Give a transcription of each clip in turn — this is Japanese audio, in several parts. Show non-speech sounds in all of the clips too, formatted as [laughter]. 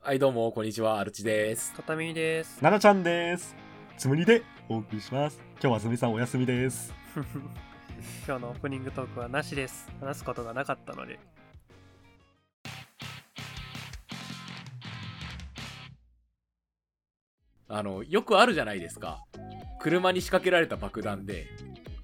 はい、どうも、こんにちは、アルチです。片耳です。ななちゃんです。つむりでお送りします。今日はすみさんお休みです。 [laughs] 今日のオープニングトークはなしです。話すことがなかったので。あの、よくあるじゃないですか。車に仕掛けられた爆弾で、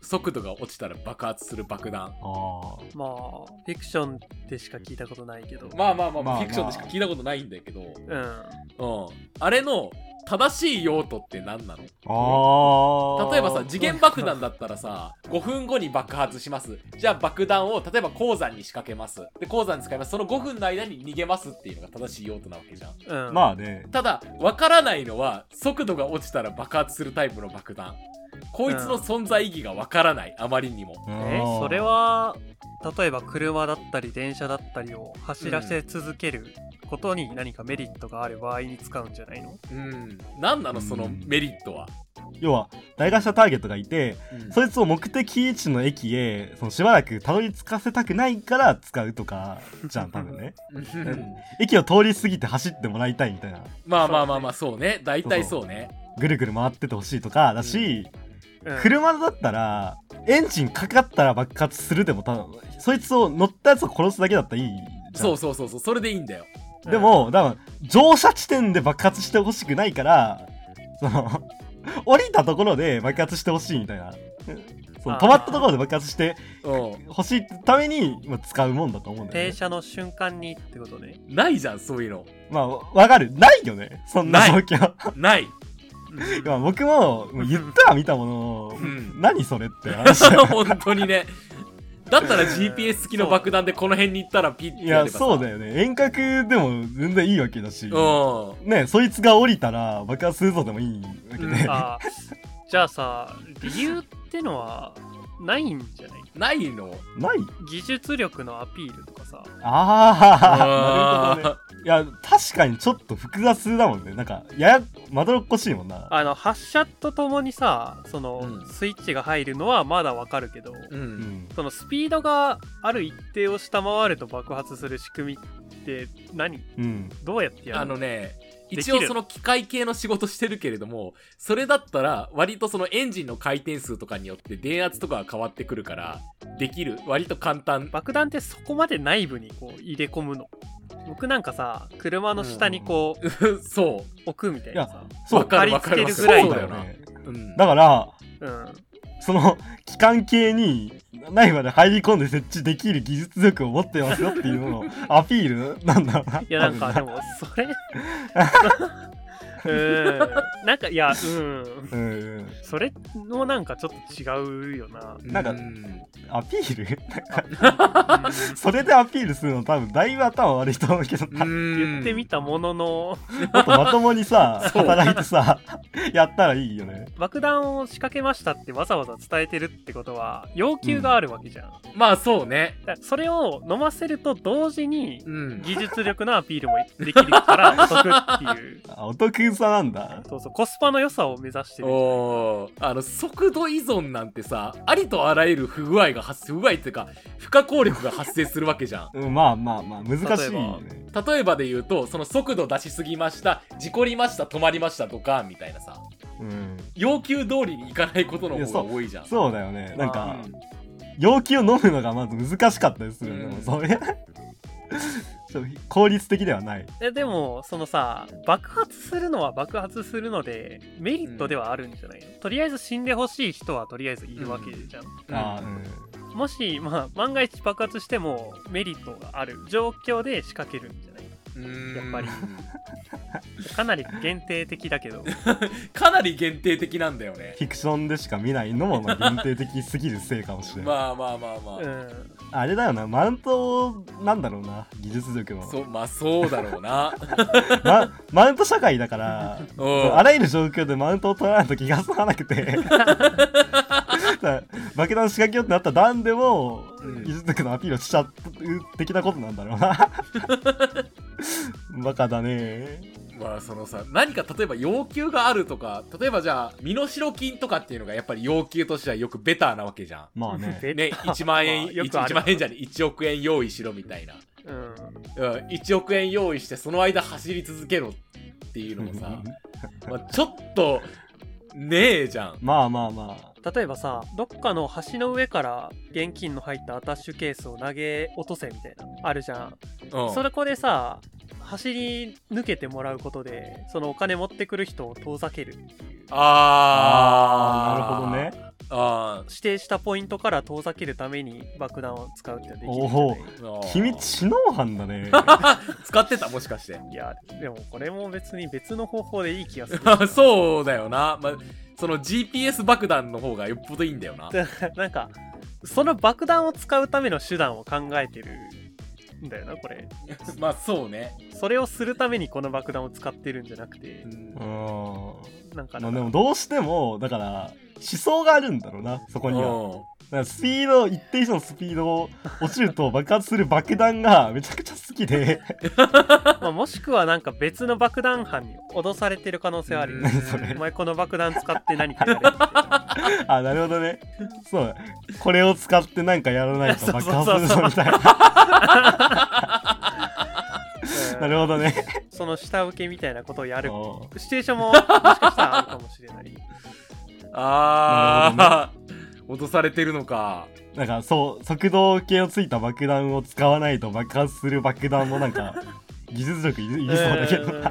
速度が落ちたら爆発する爆弾。あまあ、フィクションでしか聞いたことないけど。まあまあまあ、まあフィクションでしか聞いたことないんだけど、うん。うん。あれの正しい用途って何なのあ。ああ。例えばさ、時限爆弾だったらさ、5分後に爆発します。じゃあ爆弾を、例えば鉱山に仕掛けます。で、鉱山に使います。その5分の間に逃げますっていうのが正しい用途なわけじゃん。うん。まあね。ただ、わからないのは、速度が落ちたら爆発するタイプの爆弾。こいつの存在意義がわからない、あまりにも。えうんそれ。は、例えば車だったり電車だったりを走らせ続けることに何かメリットがある場合に使うんじゃないのうん。なんなの、そのメリットは。要は、大学者ターゲットがいて、うんそいつを目的地の駅へ、そのしばらくたどり着かせたくないから使うと [laughs] か、じゃん、多分ね。うん駅を通り過ぎて走ってもらいたいみたいな。 [laughs] まあまあまあまあ、そうね。大体そうね。ぐるぐる回っててほしいとかだし、うん。車だったら、エンジンかかったら爆発するでも多分、そいつを乗ったやつを殺すだけだったらいいじゃん。そうそうそうそう、それでいいんだよ。うんで、も、だから乗車地点で爆発してほしくないから、その、 [laughs] 降りたところで爆発してほしいみたいな。そのあー止まったところで爆発してうほしいために、まあ、使うもんだと思うんだよ停ね。車の瞬間にってこと [laughs] ね。ん。ないじゃん、そういうの。まあ、わかる。ないよね。そんなない状況。 [laughs] ない。 [laughs] うんまあ、僕も、もう言ったら見たもののうん、何それって [laughs] 話。本当にね。だったら GPS 付きの爆弾でこの辺に行ったらピッていやれや、ばさそうだよね。遠隔でも全然いいわけだし。うん。ねそいつが降りたら爆発するぞでもいいわけうんで。あーじゃあさ、理由ってのはないんじゃないない [laughs] のない技術力のアピールとかさ。 [laughs] ああ、なるほどね。いや、確かにちょっと複雑だもんね。なんか、やや、まどろっこしいもんな。あの発射とともにさその、うんスイッチが入るのはまだわかるけど、うんう。ん。そのスピードがある一定を下回ると爆発する仕組みって何うん。どうやってやるあののね、で一きる応その機械系の仕事してるけれども、それだったら割とそのエンジンの回転数とかによって電圧とかが変わってくるから、できる。割と簡単。爆弾ってそこまで内部にこう入れ込むの僕なんかさ車の下にこう、 [laughs] そ置くみたいなさそうわかる貼り付けるわかぐるらいそうのだよなう。うん。だから、うんその、機関系に、内部まで入り込んで設置できる技術力を持ってますよっていうのをアピールなんだろうな。いやなんかで多分もそれうんなんかいやうんなうん。それもなんかちょっと違うよな、なんかうアピールうん [laughs] それでアピールするの多分だいぶ頭悪いと思うけどな、も言ってみたものの、っとまともにさそう働いてさやったらいいよね爆弾を仕掛けましたってわざわざ伝えてるってことは要求があるわけじゃん、まあそうね。だからそれを飲ませると同時にうん。技術力のアピールもでき [laughs] るからお得っていうあお得さなんだそうそうコスパの良さを目指してるおーあの速度依存なんてさありとあらゆる不具合が発生不具合っていうか不可抗力が発生するわけじゃんうんまあまあまあ難しいよね例えばで言うとその速度出しすぎました事故りました止まりましたドカーンみたいなさうん要求通りにいかないことのいや方がそう多いじゃんそうだよね。なんかあ、要求を飲むのがまず難しかったりするよね。うんもうそれ [laughs] ちょっと効率的ではない。えでもそのさ爆発するのは爆発するのでメリットではあるんじゃないの、とりあえず死んでほしい人はとりあえずいるわけじゃん、うんあーもし、まあ、万が一爆発してもメリットがある状況で仕掛けるんじゃないうんやっぱりかなり限定的だけど [laughs] かなり限定的なんだよねフィクションでしか見ないのもまあ限定的すぎるせいかもしれない。まあまあ [laughs] まあまあ、うんあれだよな、マウントなんだろうな、技術力の。そうまあそうだろうなまマウント社会だから、うんあらゆる状況でマウントを取らないと気が済ま [laughs] なくて。だから爆弾仕掛けようってなったら何でもうん技術力のアピールをしちゃう的なことなんだろ [laughs] うな。バカだね。まあそのさ何か例えば要求があるとか例えばじゃあ身代金とかっていうのがやっぱり要求としてはよくベターなわけじゃん [laughs] まあね。ね、1万円、まあよ一くあ1る万円じゃね、1億円用意しろみたいな。うん。うん、1億円用意してその間走り続けろっていうのも [laughs] さ、まあ、ちょっとねえじゃんまあまあまあ例えばさ、どっかの橋の上から現金の入ったアタッシュケースを投げ落とせみたいな、あるじゃん。うんそれこでさ、走り抜けてもらうことで、そのお金持ってくる人を遠ざける。あーなるほどねあ指定したポイントから遠ざけるために爆弾を使うってのはできおるおんじゃないーあー君知能犯 [laughs] だね使ってたもしか [laughs] していや、でもこれも別に別の方法でいい気がする。あそうだよな、まあ、その GPS 爆弾の方がよっぽどいいんだよ [laughs] [laughs] ななんか、その爆弾を使うための手段を考えてるんだよな、これ。まあそうね、それをするためにこの爆弾を使ってるんじゃなくてう、んうんなんかまなあんでかもどうしてもだから思想があるんだろうなそこにはうんだからスピード一定以上のスピードを落ちると爆発する爆弾がめちゃくちゃ好きで [laughs] まあ、もしくはなんか別の爆弾犯に脅されてる可能性はあるよね。それお前この爆弾使って何かやれみたいなあなるほどねそうこれを使ってなんかやらないと爆発するぞみたいな [laughs] [laughs] なるほどねその下請けみたいなことをやる。おーシチュエーションももしかしたらあるかもしれ [laughs] ない。あー、脅されてるのかなんかそう速度計をついた爆弾を使わないと爆発する爆弾もな [laughs] んか技術力いりいりそうだけど、うん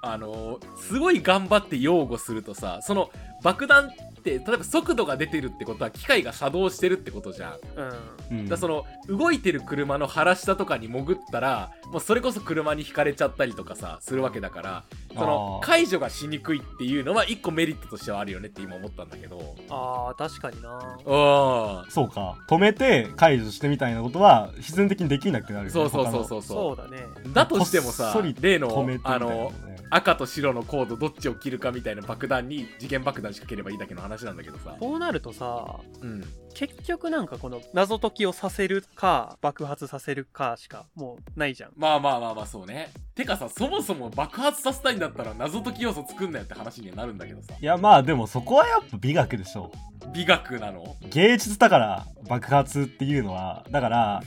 あのーすごい頑張って擁護するとさその爆弾って例えば速度が出てるってことは機械が作動してるってことじゃんだかうんうんらその動いてる車の腹下とかに潜ったらもうそれこそ車にひかれちゃったりとかさするわけだからそのあー解除がしにくいっていうのは一個メリットとしてはあるよねって今思ったんだけどああ、確かにな。うそうか止めて解除してみたいなことは必然的にできなくなるよんねそうそう他そのうそうそそうだね。うだとしてもさこっそり例止めのてみたあいなねの赤と白のコードどっちを切るかみたいな爆弾に次元爆弾仕掛ければいいだけの話なんだけどさこうなるとさ、うん結局なんかこの謎解きをさせるか、爆発させるかしかもうないじゃん。まあまあまあまあそうね。てかさ、そもそも爆発させたいんだったら謎解き要素作んなよって話にはなるんだけどさ。いやまあでもそこはやっぱ美学でしょ美学なの芸術だから爆発っていうのはだから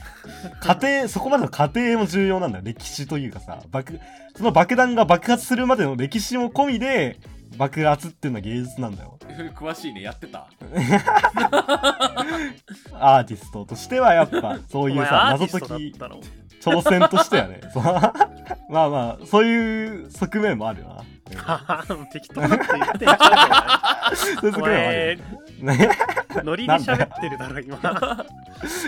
家 [laughs] 庭そこまでの過程も重要なんだよ歴史というかさ爆その爆弾が爆発するまでの歴史も込みで爆発っていうのは芸術なんだよ詳しいね、やってた。アーティストとしてはやっ [laughs] ぱそういおう前さアーテ謎ィスト解きだったの挑戦として [laughs] はねそうまあまあそういう側面もあるよな [laughs] 適当なこと言ってんじゃ [laughs] そういん。うお側面もあるよ前、ねノリで喋ってるだろ、今。 [laughs]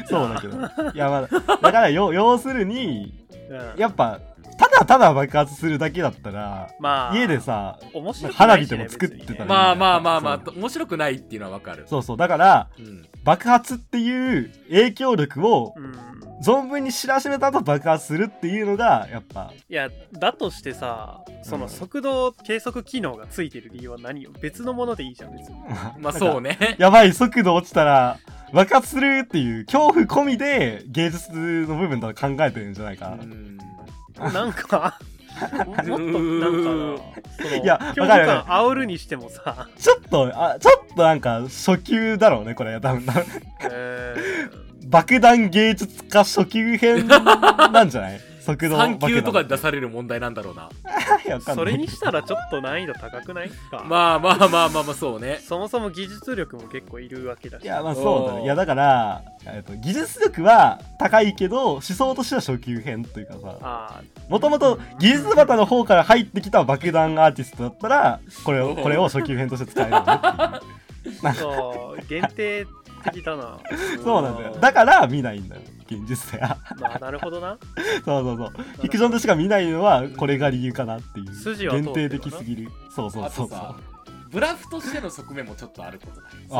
そうだけど。いや、まあ、だからよ、要するに、うんやっぱ、ただただ爆発するだけだったら、まあ、家でさ、面白くな花い火しでねも作ってたらいい別にねまあまあまあまあ、そ面白くないっていうのはわかる。そうそう、だから、うん。爆発っていう影響力をうん、存分に知らしめたと爆発するっていうのが、やっぱ、いやだとしてさそうのん速度計測機能がついてる理由は何よ別のものでいいじゃん別に [laughs] まあそうね。ね。やばい、速度落ちたら、爆発するっていう恐怖込みで芸術の部分と考えてるんじゃないかな。うんなん [laughs] かもっとなんかそのいや恐怖わかるわ感煽るにしても [laughs] さ、ちょっと、あ、ちょっとなんか初級だろうね、これ。多分、えー爆弾芸術家初級編なんじゃない速度3級とかで爆出される問題なんだろうな。弾いやわかんなそいれにしたらちょっと難易度高くないか、まあまあまあまあまあ、そうね。そもそも技術力も結構いるわけだしいやまあそうだおーねいやだから、えっと、技術力は高いけど思想としては初級編というかさあもともと技術バタの方から入ってきた爆弾アーティストだったらこれおをーこれを初級編として使えるよ [laughs] ねってあそう限定的だないうそうなんだよだから見ないんだよ現実では [laughs] まあなるほどなそうそうそうフィクションでしか見ないのはこれが理由かなっていう筋は通ってるよな限定的すぎるそうそうあそとうそうさ、ブラフとしての側面もちょっとあることだよねあ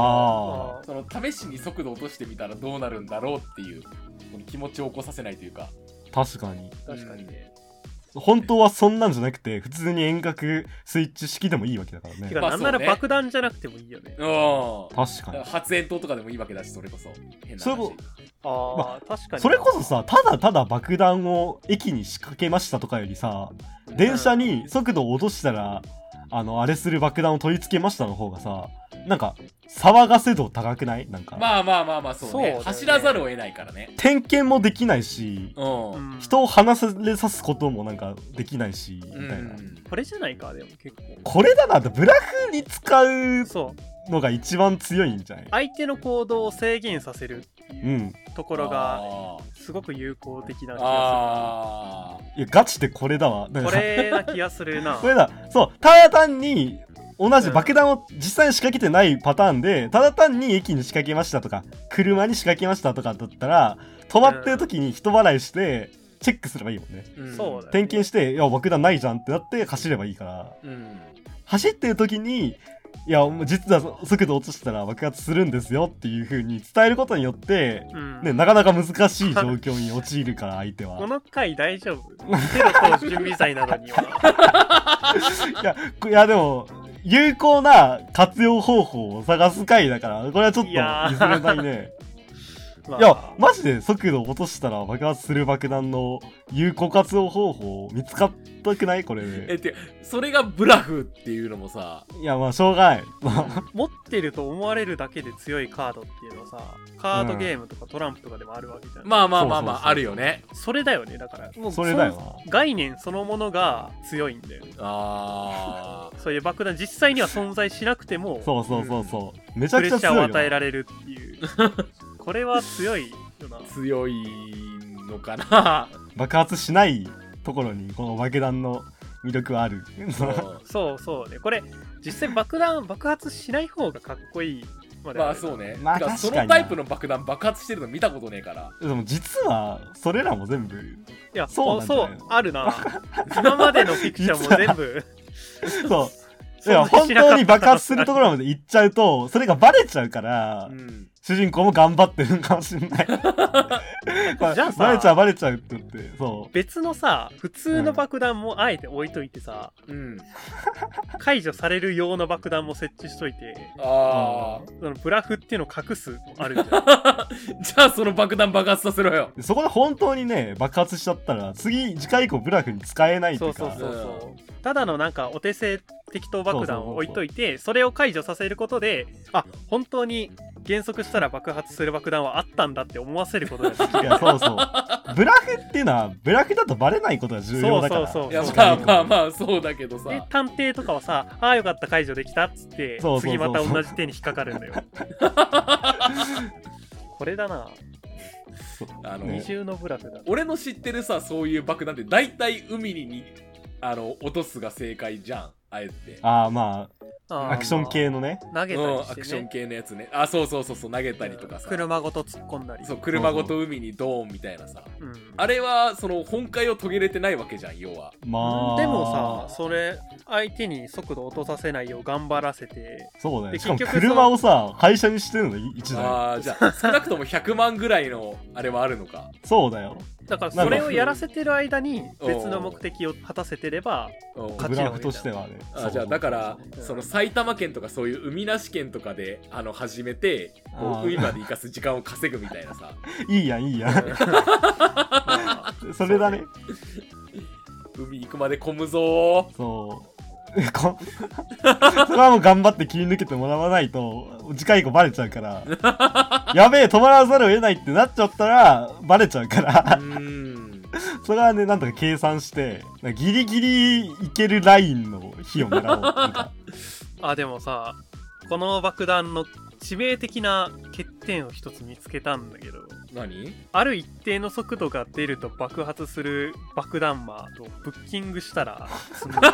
ああその試しに速度落としてみたらどうなるんだろうっていうこの気持ちを起こさせないというか確かに確かにね、本当はそんなんじゃなくて普通に遠隔スイッチ式でもいいわけだからねてか、まあなんならそうね爆弾じゃなくてもいいよね。うん確だかからに発煙筒とかでもいいわけだしそれこそ変なそれも話ああ、ま確かに。それこそさただただ爆弾を駅に仕掛けましたとかよりさ電車に速度を落としたらあの、あれする爆弾を取り付けましたの方がさ、なんか、騒がせ度高くないなんか、まあまあまあまあそうねそうだよね走らざるを得ないからね点検もできないし、うん、うんうん人を離されさすこともなんかできないし、みたいな。これじゃないかでも結構これだなって、ブラフに使うそうのが一番強いんじゃない相手の行動を制限させるってう。いうんところがあすごく有効的なー気があいや、ガチでこれだわ。すだるかこらされな気がする [laughs] なこれだ。そう、ただ単に、同じ爆弾を実際に仕掛けてないパターンで、ただ単に駅に仕掛けましたとか、車に仕掛けましたとかだったら、止まってる時に人払いして、チェックすればいいもんね。ー、んそうだよ点検して、いや、爆弾ないじゃんってなって走ればいいから。うん走ってる時に、いや、もう実は速度落としたら爆発するんですよっていう風に伝えることによって、うんね、なかなか難しい状況に陥るから、相手は。この回大丈夫テロ等準備罪などにはいや、こいやでも、有効な活用方法を探す回だから、これはちょっとい譲れやーない [laughs] ね。まあ [laughs] いや、マジで速度を落としたら爆発する爆弾の有効活用方法見つかったくないこれえっで。てそれがブラフっていうのもさいや、まあ、しょうがない。持ってると思われるだけで強いカードっていうのはさカードゲームとかトランプとかでもあるわけじゃん、まあまあまあまそうそうそうああるよねそれだよねだからもうそれだよのな。概念そのものが強いんだよねああそういう爆弾実際には存在しなくてもそうそうそうそう。めちゃプくレちゃッシャー強いをよな。与えられるっていう [laughs] これは強いよな強いのか [laughs] な爆発しないところに、この爆弾の魅力はある。うそうそうねこれ実際爆弾爆発しない方がかっこいいまんである [laughs] まあそうね、まあてか確かそにのタイプの爆弾爆発してるの見たことねえから [laughs] でも実は、それらも [laughs] 全部、いやそうそなうんそじゃないうある [laughs] な今までのフィクションも全部そう。いそんやな本知らなか当ったに爆発するところまで行っちゃうとそれがバレちゃうから、うん主人公も頑張ってるんかもしんない [laughs] じゃあさバレちゃうバレちゃうって言ってそう別のさ普通の爆弾もあえて置いといてさ、うん解除される用の爆弾も設置しといてああそのブラフっていうのを隠すのあるんじゃんじゃあその爆弾爆発させろよでそこで本当にね爆発しちゃったら次次回以降ブラフに使えないってそいううかそうそうそうただのなんかお手製適当爆弾を置いといてそれを解除させることであ本当に減速したら爆発する爆弾はあったんだって思わせることができるいや [laughs] そうそうブラフっていうのはブラフだとバレないことが重要だからそうそうそういや次ま回あ以降まあまあそうだけどさで探偵とかはさ「ああよかった解除できた」っつってそうそうそう次また同じ手に引っかかるんだよ [laughs] これだなあのね二重のブラフだ俺の知ってるさそういう爆弾って大体海ににあの落とすが正解じゃんあえてああまああーアクション系のねまあ投げたうん、りアクしシて、ョンね、系のやつねあそうそうそうそう投げたりとかさ車ごと突っ込んだりそう車ごと海にドーンみたいなさうんあれはその本会を遂げれてないわけじゃん要はまあでもさそれ相手に速度落とさせないよう頑張らせてそうだよでしかも結局その車をさ会社にしてるの一台あーじゃあ少なくとも100万ぐらいのあれはあるのかそうだよだからそれをやらせてる間に別の目的を果たせてればうんかブラフとしてはねあじゃあだからそうその埼玉県とかそういう海なし県とかであの始めてこあうー海まで行かす時間を稼ぐみたいなさいいやんいいやんま [laughs] あそれだね海行くまで混むぞそうこそれはもう頑張って切り抜けてもらわないと次回以降バレちゃうからやべえ止まらざるを得ないってなっちゃったらバレちゃうかーらうーんそれはねなんとか計算してギリギリいけるラインの火を狙おうなんかあでもさこの爆弾の致命的な欠点を一つ見つけたんだけど何ある一定の速度が出ると爆発する爆弾魔とブッキングしたら積んでる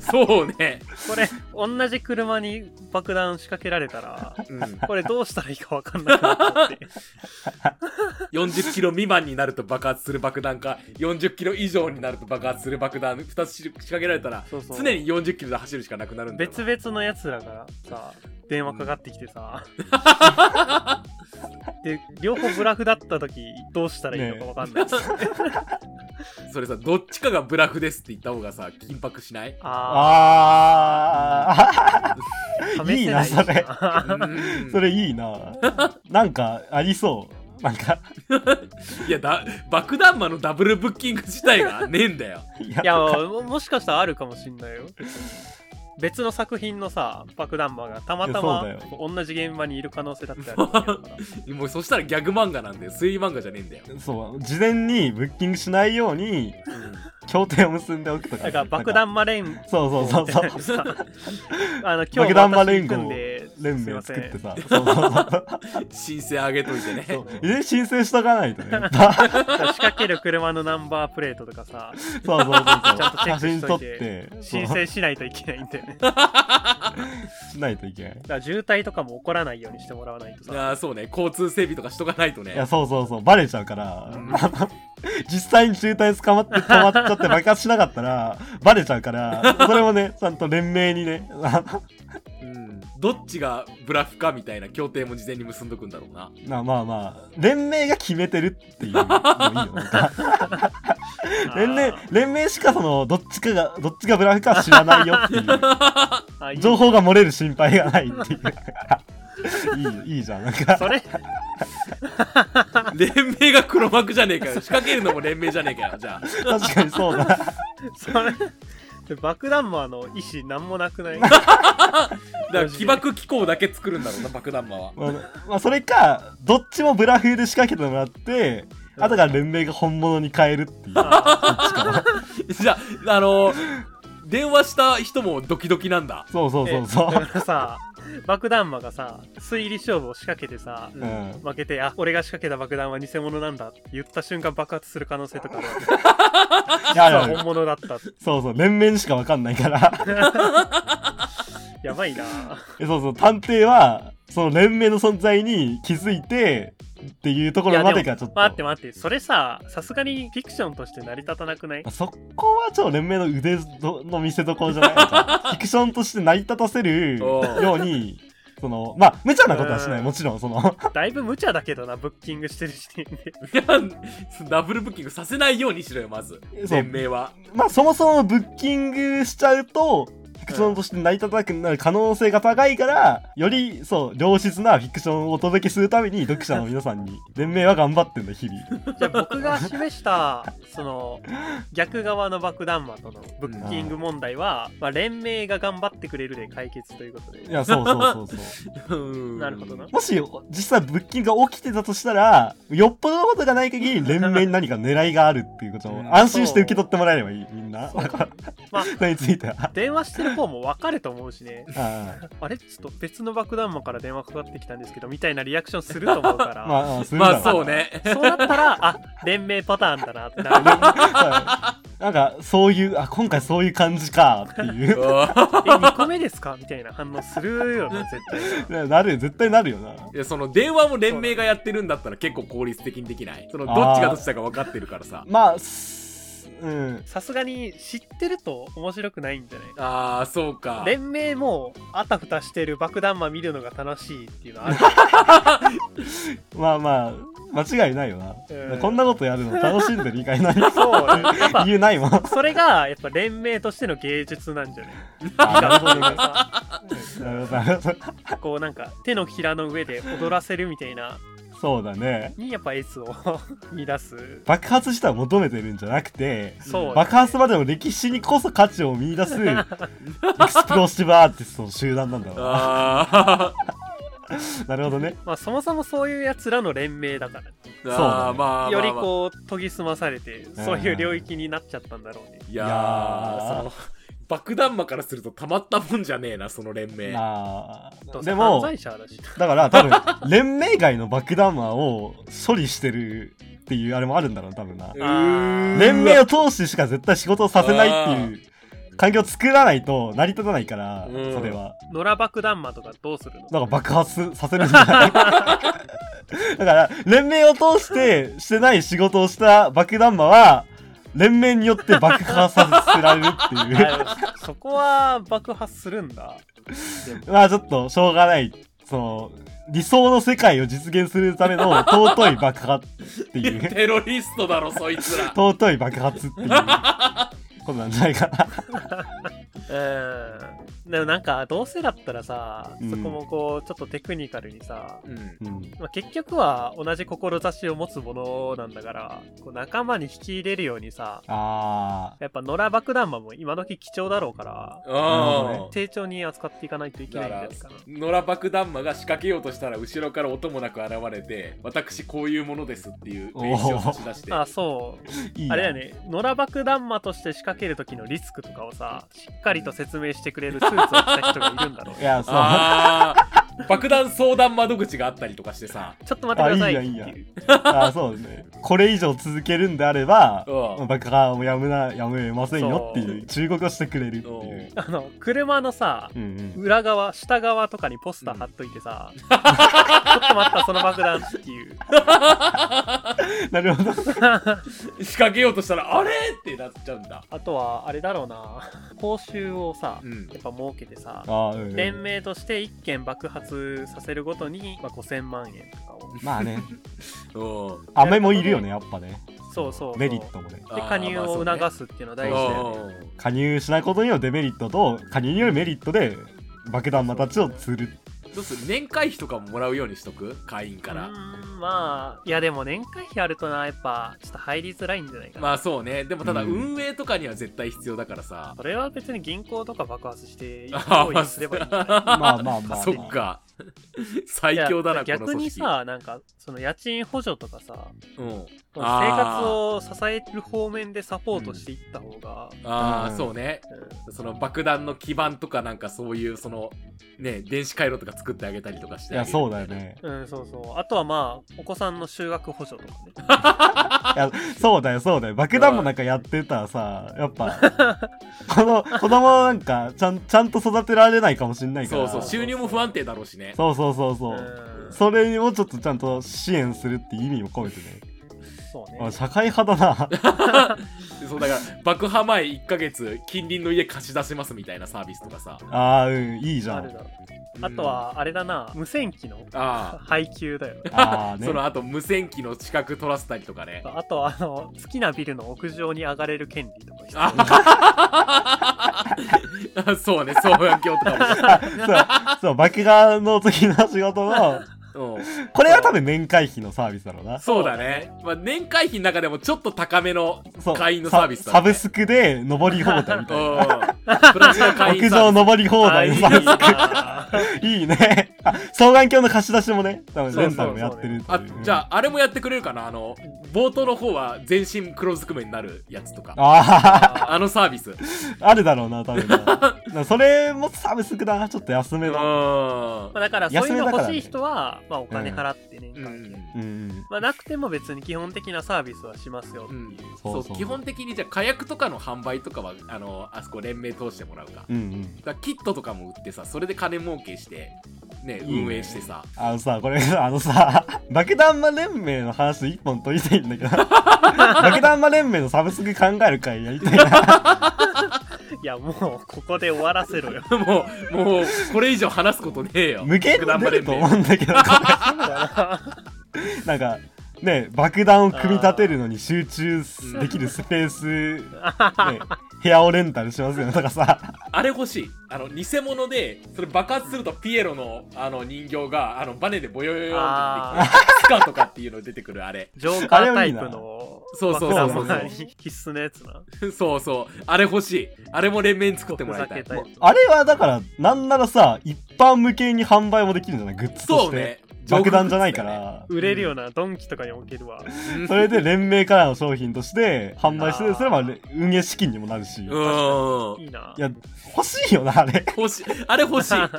そうね、これ同じ車に爆弾仕掛けられたらうん、これどうしたらいいか分かんなくなっちゃって40キロ未満になると爆発する爆弾か40キロ以上になると爆発する爆弾2つ仕掛けられたら [laughs] そうそう常に40キロで走るしかなくなるんだよ別々のやつらがさ電話かかってきて [laughs] さで両方ブラフだった時どうしたらいいのか分かんない、 [laughs] [laughs] それさどっちかがブラフですって言った方がさ緊迫しないあああいいなそれうん [laughs] ーそれいいななんかありそうなんかいやだ爆弾魔のダブルブッキング自体がねえんだよいやいやももしかしたらあるかもしんないよ別の作品のさ爆弾魔がたまたまいやそうだ同じ現場にいる可能性だってあるわけだからもうそしたらギャグ漫画なんで推理漫画じゃねえんだよ、そう事前にブッキングしないように協定を結んでおくとかだから爆弾魔連そうそうそうそうさあの今爆日弾も魔私連行くん合で連すい盟ませ作ってんさそうそうそう [laughs] [laughs] 申請あげといてねそういずれ申請しとかない [laughs] とねそうだ [laughs] から仕掛ける車のナンバープレートとかさそうそうちゃんとそうチェッ写クし真と撮いってて申そう請しないといけないんだよねだかしないといけないら渋滞とかも起こらないようにしてもらわないとさあーそうね交通整備とかしとかないとねいやそうそうそうバレちゃうから、うん [laughs] 実際に渋滞捕まって止まっちゃって爆発しなかったらバレちゃうからそれ [laughs] もねちゃんと連盟にね [laughs] うんどっちがブラフかみたいな協定も事前に結んどくんだろうな [laughs] まあまあまあ連盟が決めてるっていうの [laughs] もいいよなんか連盟あ連盟しかそのどっちかがどっちがブラフかは知らないよっていうーあいい情報が漏れる心配がないっていう [laughs] いいいいじゃんなんかそれ連盟が黒幕じゃねえかよ仕掛けるのも連盟じゃねえかよじゃあ確かにそうだそれ爆弾魔の意思なんもなくない [laughs] だから起爆機構だけ作るんだろうな爆弾魔はまあまあそれかどっちもブラフで仕掛けてもらってあとから連盟が本物に変えるっていうあ [laughs] じゃああの電話した人もドキドキなんだ [laughs] そうそーうそうそえだう。からさ爆弾魔がさ推理勝負を仕掛けてさううんん、負けてあ俺が仕掛けた爆弾は偽物なんだって言った瞬間爆発する可能性とかあるわけ [laughs] いやい実はや本物だったって [laughs] そうそう連綿しかわかんないから [laughs] やばいなえそうそう探偵はその連綿の存在に気づいてっていうところまでいやがちょっと待って待ってそれささすがにフィクションとして成り立たなくないまあそこはちょっと連綿の腕の見せ所じゃないの [laughs] かフィクションとして成り立たせるおうようにそのまあ無茶なことはしなういんもちろんそのだいぶ無茶だけどなブッキングしてる時点でいやダブルブッキングさせないようにしろよまずそう連盟はまあそもそもブッキングしちゃうとフィクションとして成り立たなくなる可能性が高いからよりそう良質なフィクションをお届けするために読者の皆さんに連盟は頑張ってんだ日々。 [laughs] じゃあ僕が示したその逆側の爆弾魔とのブッキング問題は、まあ、連盟が頑張ってくれるで解決ということでいや、そうそうそうそう。うんなるほどなもし、実際ブッキングが起きてたとしたら、よっぽどのことがない限り、連盟に何か狙いがあるっていうことうをん安心して受け取ってもらえればいい、みんな。そうそまあれについては。電話してる方も分かると思うし [laughs] ねああれちょっと別の爆弾魔から電話かかってきたんですけどみたいなリアクションすると思うかあら、 [laughs] まあ、するだまろあそう。 [laughs] ねそうなったらあ連盟パターンだなってなるはいなんか、そういう、あ、今回そういう感じか、っていう。おえ2個目ですかみたいな反応するよね絶対なる、絶対なるよな。いやその電話も連盟がやってるんだったら結構効率的にできないそのどっちがどっちだか分かってるからさまあ、すうん。さすがに知ってると面白くないんじゃないああそうか連盟もあたふたしてる爆弾魔見るのが楽しいっていうのはあるまあまあ、間違いないよな。うんこんなことやるの楽しんでる以外何 [laughs] もそうねやっぱ理由ないもん。それがやっぱ連盟としての芸術なんじゃないあなるほどねさなるほどなるほどこうなんか手のひらの上で踊らせるみたいなそうだね。にやっぱ S を [laughs] 見出す爆発した求めてるんじゃなくて、そうね、爆発までの歴史にこそ価値を [laughs] 見出すエクスプローシブアーティストの集団なんだろうな。あなるほどね。まあそもそもそういうやつらの連盟だから、ーあー、そうだねまあまあまあよりこう研ぎ澄まされてそういう領域になっちゃったんだろうねいやいやーーその爆弾魔からするとたまったもんじゃねえなその連盟まどあ、うせでも犯、罪者だしだから多分、連盟外の爆弾魔を処理してるっていうあれもあるんだろう、多分な。うーん連盟を通してしか絶対仕事をさせないっていう環境を作らないと成り立たないから、うんそれは。野良爆弾魔とかどうするのなんか爆発させるんじゃない [laughs] だから、連盟を通してしてない仕事をした爆弾魔は、連盟によって爆破させられるっていう。あそこは爆破するんだ [laughs] まあちょっと、しょうがない。その、理想の世界を実現するための尊い爆破って [laughs] いう。テロリストだろそいつ [laughs] ら尊い爆発っていう。ことなんじゃないかな。うんでもなんかどうせだったらさ、うんそこもこうちょっとテクニカルにさ、うん。うんまあ、結局は同じ志を持つものなんだからこう仲間に引き入れるようにさあやっぱ野良爆弾魔も今時貴重だろうからほどう丁重に扱っていかないといん。けなだいんじゃなかいかなら、野良爆弾魔が仕掛けようとしたら、後ろから音もなく現れて、私こういうものですっていう名刺を差し出して。あそうーいいなあれだよね野良爆弾魔として仕掛ける時のリスクとかをさしっかりと説明してくれるスーツを着た人がいるんだろう [laughs] いやそうああー爆弾相談窓口があったりとかしてさ。ちょっと待ってくださいあっいていやいういーそうですねこれ以上続けるんであればうん爆破もやめなやめませんよっていそう忠告をしてくれるっておいううあの車のさうんうん裏側下側とかにポスター貼っといて [laughs] さ、ちょっと待ったその爆弾っていう [laughs] なるほど仕掛けようとしたら、あれってなっちゃうんだ。あとはあれだろうな [laughs] 報酬をさうんや。っぱ設けてさあー、うんうん連盟として1件爆発させるごとに、まあ、5000万円とかをまあねうん。飴もいるよねやっぱねそうそうそうメリットもねで加入を促すっていあうのはー大事だよねまあそうね加入しないことによるデメリットと加入によるメリットで爆弾魔たちを釣るうんどうする年会費とかももらうようにしとく会員かうら。ーんまあいやでも年会費あるとなやっぱちょっと入りづらいんじゃないかな、まあそうね。でもただうん運営とかには絶対必要だからさ。それは別に銀行とか爆発してあ用ー意すればいいんじゃない [laughs] まあまあまあそっか。 [laughs] 最強だな、いやこの逆組に織。さなんかその家賃補助とかさうん。生活を支える方面でサポートしていった方が、ああ、うんそうね。うその爆弾の基盤とかなんかそういう、その、ね、電子回路とか作ってあげたりとかしいてあやげるそうだよ。ねんうんそうそうあとはまあお子さんの修学補助とかねいやそうだよそうだよ爆弾魔なんかやってたらさやっぱ [laughs] この子供なんかちゃんちゃんと育てられないかもしんないかそうらそう、収入も不安定だろうしね。そうそうそうそううんそれをちょっとちゃんと支援するって意味も込めてねそうねあ社会派だ [laughs] なそうだから爆破前1ヶ月近隣の家貸し出せますみたいなサービスとかさあーうんいいじゃあるんだろうあとはあれだな無線機のあ配給だよねあああ、ねその後無線機の資格取らせたりとかねあとはあの好きなビルの屋上に上がれる権利とか必要あそうね双眼鏡とかそうそう爆破の時の仕事のも、うん、これは多分年会費のサービスだろうなそうだね、まあ、年会費の中でもちょっと高めのそう会員のサービスだ、サね、サブスクで登り放題 [laughs] みうたいんプラチナな会屋員サ上ービ登り放あ題いのいサービスな [laughs] いいね。あ双眼鏡の貸し出しもね、多分そうそうレンタルもやってるっていスうあじゃあ。ああれもやってくれるかなあの冒頭の方は全身黒ずくめになるやつとかああのサービスうんー [laughs] あるだろうな、多分な。 [laughs] なそれもサブスクだな、ちょっと安め [laughs] の。まあだからそういうの欲しい人は、まあ、お金うん払って年う間で、んうんうん。まあ、なくても別に基本的なサービスはしますよってういうんそうそそうう基本的にじゃあ火薬とかの販売とかはあのあそこ連盟通してもらうかだかうんうん。らキットとかも売ってさそれで金儲けしてねいいね運営してさあのさ、これ、あのさ、 [laughs] 爆弾魔連盟の話一本取りたいん [laughs] だけど、爆弾魔連盟のサブスク考える会やりたいな。いやもうここで終わらせろよもうもうこれ以上話すことねえよ無限爆弾に魔出連ると思盟うんだけど、これなんか、ね、爆弾を組み立てるのに集中できるスペース、ね、部屋をレンタルしますよね。とかさ、あれ欲しいあの偽物でそれ爆発するとピエロのあの人形があのバネでボヨヨヨヨンって出てきてスカとかっていうの出てくるあれ [laughs] ジョーカータイプのそうそうそうそう爆弾魔に必須のやつなそうそうあれ欲しいあれも連盟に作ってもらいたいふざけたいあれはだから、なんならさ、一般向けに販売もできるんじゃないグッズとそしうて。ね爆弾じゃないから、売れるようなドンキとかに置けるわ、うんそれで連盟からの商品として販売しあーて、それはまあ運営資金にもなるし。ういんいいなや、欲しいよな、あれ。欲しいあれ欲 [laughs] しいう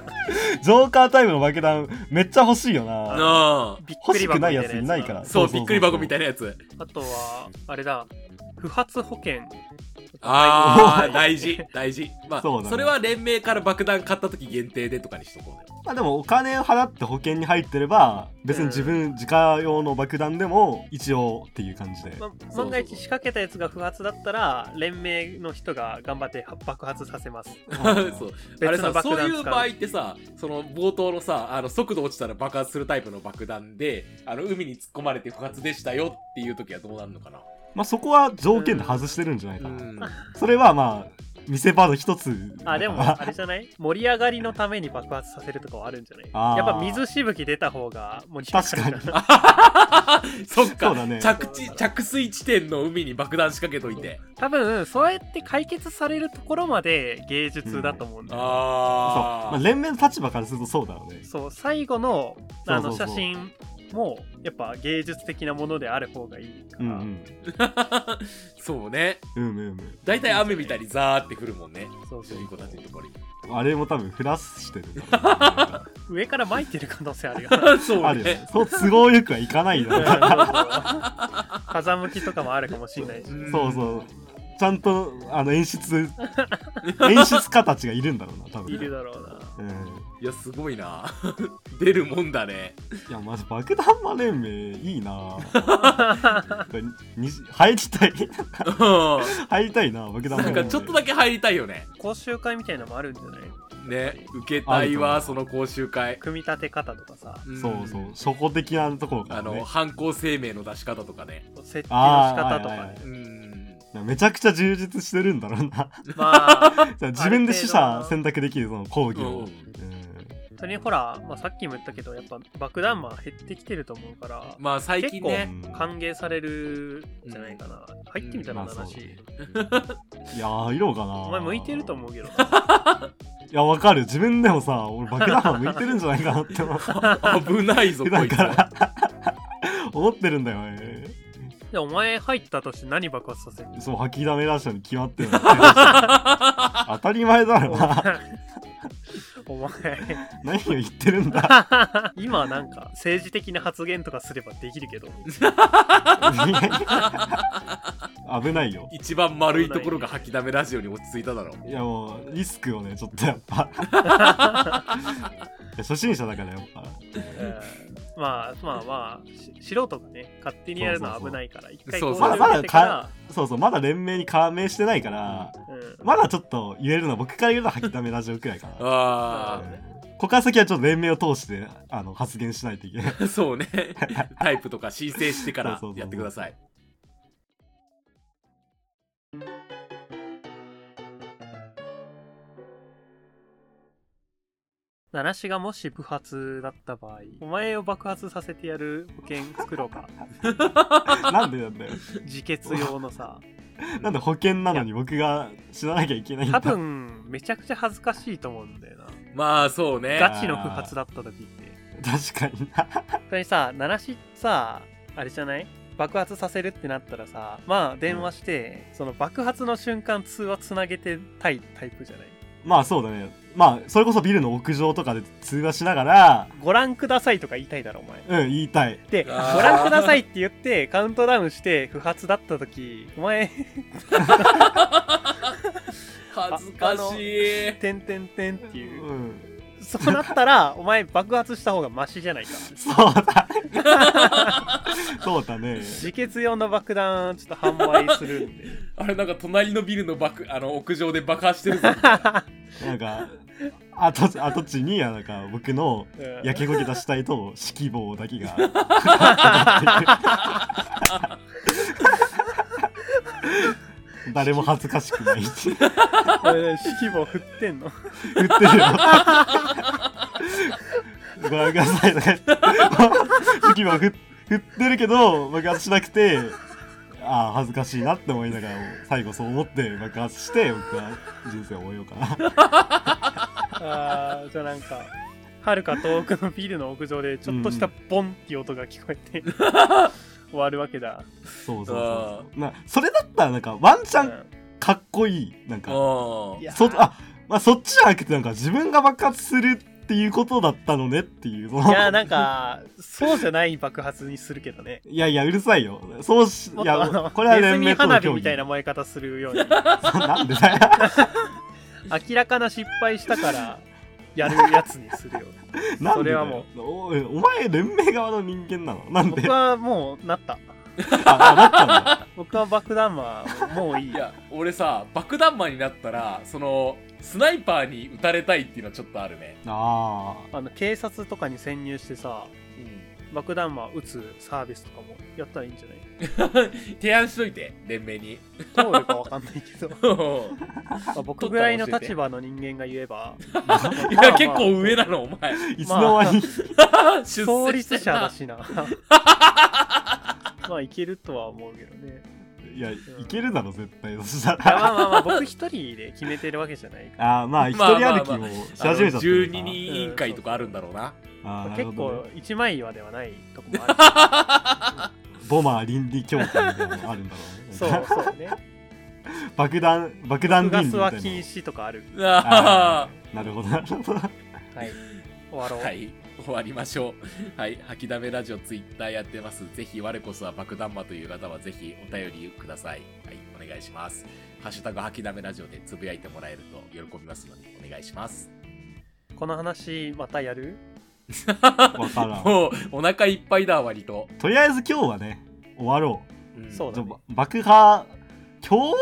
ジョーカータイムの爆弾、めっちゃ欲しいよな。ん [laughs] びっく欲りし箱みたくないいなややつついないから。そう、びっくり箱みたいいなやつ。あとはあれだ不発保険ああ、大事、大事。まあ、そうそ,、だねれは連盟から爆弾買った時限定でとかにしとこうよ。な。まあでも、お金を払って保険に入ってれば、別に自分、自家用の爆弾でも、一応っていう感じで。まそうそう万が一仕掛けたやつが不発だったら連盟の人が頑張って爆発させます [laughs] そう。あれ別さの、そ爆う弾いう使場合うってさ、その冒頭のさ、あの、速度落ちたら爆発するタイプの爆弾で、あの、海に突っ込まれて不発でしたよっていう時はどうなるのかな。まあそこは条件で外してるんじゃないかうな。ん。それはまあ、見せ場の一つあ [laughs] でもあれじゃない盛り上がりのために爆発させるとかはあるんじゃないあーやっぱ水しぶき出た方が盛り上確かがるにか [laughs] そっそかうだね着地着水地点の海に爆弾仕掛けといて [laughs] ら多分そうやって解決されるところまで芸術だと思うんだよ、そう、あまあ、連盟の立場からするとそうだろうねそう最後のあのそ写うそうそう真もやっぱ芸術的なものである方がいいかうら、んあそうねうんうんうん大体雨みたいにザーって降るもんねそう主そう人公たちのところに [laughs] うんあれも多分フラスしてるね上から撒いてる可能性ある [laughs] よなそあうるよねねそう都合よくはいかないだろうね風向きとかもあるかもしれないしんそうそうちゃんとあの演出演出家たちがいるんだろうな多分いるだろうなうん、いいやすごいな [laughs] 出るもんだ [laughs] ねやまず爆弾魔連盟いいな [laughs] に入りたいうん入りたいな爆弾な魔連ん盟かちょっとだけ入りたいよね講習会みたいなのもあるんじゃないね受けたいあわるとその講習会組み立て方とかさんそうそう初歩的なところかあら、の、ね、犯行声明の出し方とかね設置の仕方とあーはいはかいはいねうんめちゃくちゃ充実してるんだろうなまあ自分で取ある程度な捨選択できるその講義を、うんう本当にほら、まあ、さっきも言ったけどやっぱ爆弾魔減ってきてると思うからまあ最近ねん歓迎されるんじゃないかな、入ってみたらまなあそう話、ねいやーいろうかなお前向いてると思うけどないやわかる自分でもさ俺爆弾魔向いてるんじゃないかなって思う危ない [laughs] ぞ普こ段いつかはら思ってるんだよねでお前入ったとして何爆発さ [laughs] せるそう吐きだめ出したに決まってるの [laughs] 当たり [laughs] 前だろなお前 [laughs] 何を言ってるんだ [laughs] 今なんか政治的な発言とかすればできるけど [laughs] 危ないよ一番丸いところが吐きだめラジオに落ち着いただろいやもうリスクをねちょっとやっ [laughs] ぱいや初心者だからやっぱうんまあまあまあし素人がね勝手にやるのは危ないから一回そうこそううやってからそうそうまだ連盟に加盟してないから、うんまだちょっと言えるのは僕から言うのは吐きだめラジオくらいかなあここから先はちょっと連盟を通してあの発言しないといけないあそうねタイプとか申請してからやってください七しがもし不発だった場合お前を爆発させてやる保険作ろうかなんでなんだよ自決用のさなんで保険なのに僕が死ななきゃいけないん多だ分めちゃくちゃ恥ずかしいと思うんだよなまあそうねガチの不発だった時って確かにな本当にさ、ナナシさ、あれじゃない爆発させるってなったらさ、まあ電話して、その爆発の瞬間通話つなげてたいタイプじゃないまあそうだねまあそれこそビルの屋上とかで通話しながらご覧くださいとか言いたいだろ、お前。うん言いたいで、ごあー覧くださいって言って、カウントダウンして、不発だった時、お前、恥ずかしいてんてんてんってういう。んそうなったら、お前爆発した方がマシじゃないか。そうだそうだね自決用の爆弾、ちょっと販売する [laughs] んで。あれなんか隣のビルの爆あの屋上で爆破してるぞなんか跡跡地になんか僕のうん焼け焦げた死体と指揮棒だけが [laughs] 誰も恥ずかしくないしこれね、指揮棒振ってんの。言ってるよご覧くださいとか言って指揮棒振振ってるけど爆発しなくてああ恥ずかしいなって思いながら最後そう思って爆発して僕は人生を終えようかなあーじゃあなんか遥か遠くのビルの屋上でちょっとしたボンっていう音が聞こえ [laughs] て終わるわけだ、そうそうそうそうなそれだったらなんかワンチうャンん、かっこいいなんかうんいやそあ、まあ、そっちじゃなくてなんか自分が爆発するっていうことだったのねっていうそのいやなんかそうじゃない爆発にするけどねいやいやうるさいよそうしもいっとあやのこれはネズ連ミ盟との花火競みた技いな燃え方するようにそう [laughs] なんでだよ明らかな失敗したからやるやつにするよなそんでだよれはもうおいお前連盟側の人間なのなん [laughs] で僕はもうなったああなったんだ僕は爆弾魔もういいいや俺さ爆弾魔になったらそのスナイパーに撃たれたいっていうのはちょっとあるね、ああの警察とかに潜入してさ爆弾魔撃つサービスとかもやったらいいんじゃない提案しといて連盟 [laughs] に通るかわかんないけど、まいあ僕ぐらいの立場の人間が言え [laughs] ば、や結構上なのお前いつの間に、出創世し立てん者だなし [laughs] な。まあいけるとは思うけど [laughs] ね。いや、いけるだろ、絶対。そしたいやまら。あまあまあ僕一人で決めてるわけじゃないから。あーまあ、一人歩きもし始めちゃったのか。あの12人委員会とかあるんだろうなあ [laughs] ーなる結ほど構ね一枚岩ではないとこもあボマー倫理協会みたいなのがあるんだろうる。 [laughs] ね。そうそうね。爆弾、爆弾毒ガ倫理みスたいなは禁止とかある。ああーなるほど、なるほど。はい。終わろー [laughs] う。はい終わりましょうはい吐きだめラジオツイッターやってますぜひ我こそは爆弾魔という方はぜひお便りくださいはいお願いしますハッシュタグ吐きだめラジオでつぶやいてもらえると喜びますのでお願いしますこの話またやるわからん。もうお腹いっぱいだ割と、とりあえず今日はね、終わろう。んそうちだょねば爆破、今日、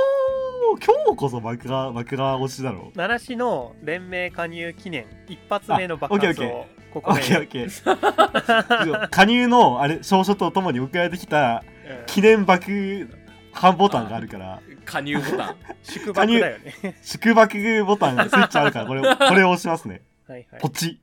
今日こそ爆破、爆破推しだろう。奈良市の連盟加入記念一発目の爆あオッ発ケーオをこオこッケーオでッケー。加入の、あれ、証書とともに送られてきた記念爆破ボタンがあるから、加入ボタンうん宿泊だよね祝爆ボタン、スイッチあるから、これ、これを押しますね。 [laughs] はいはいポチ。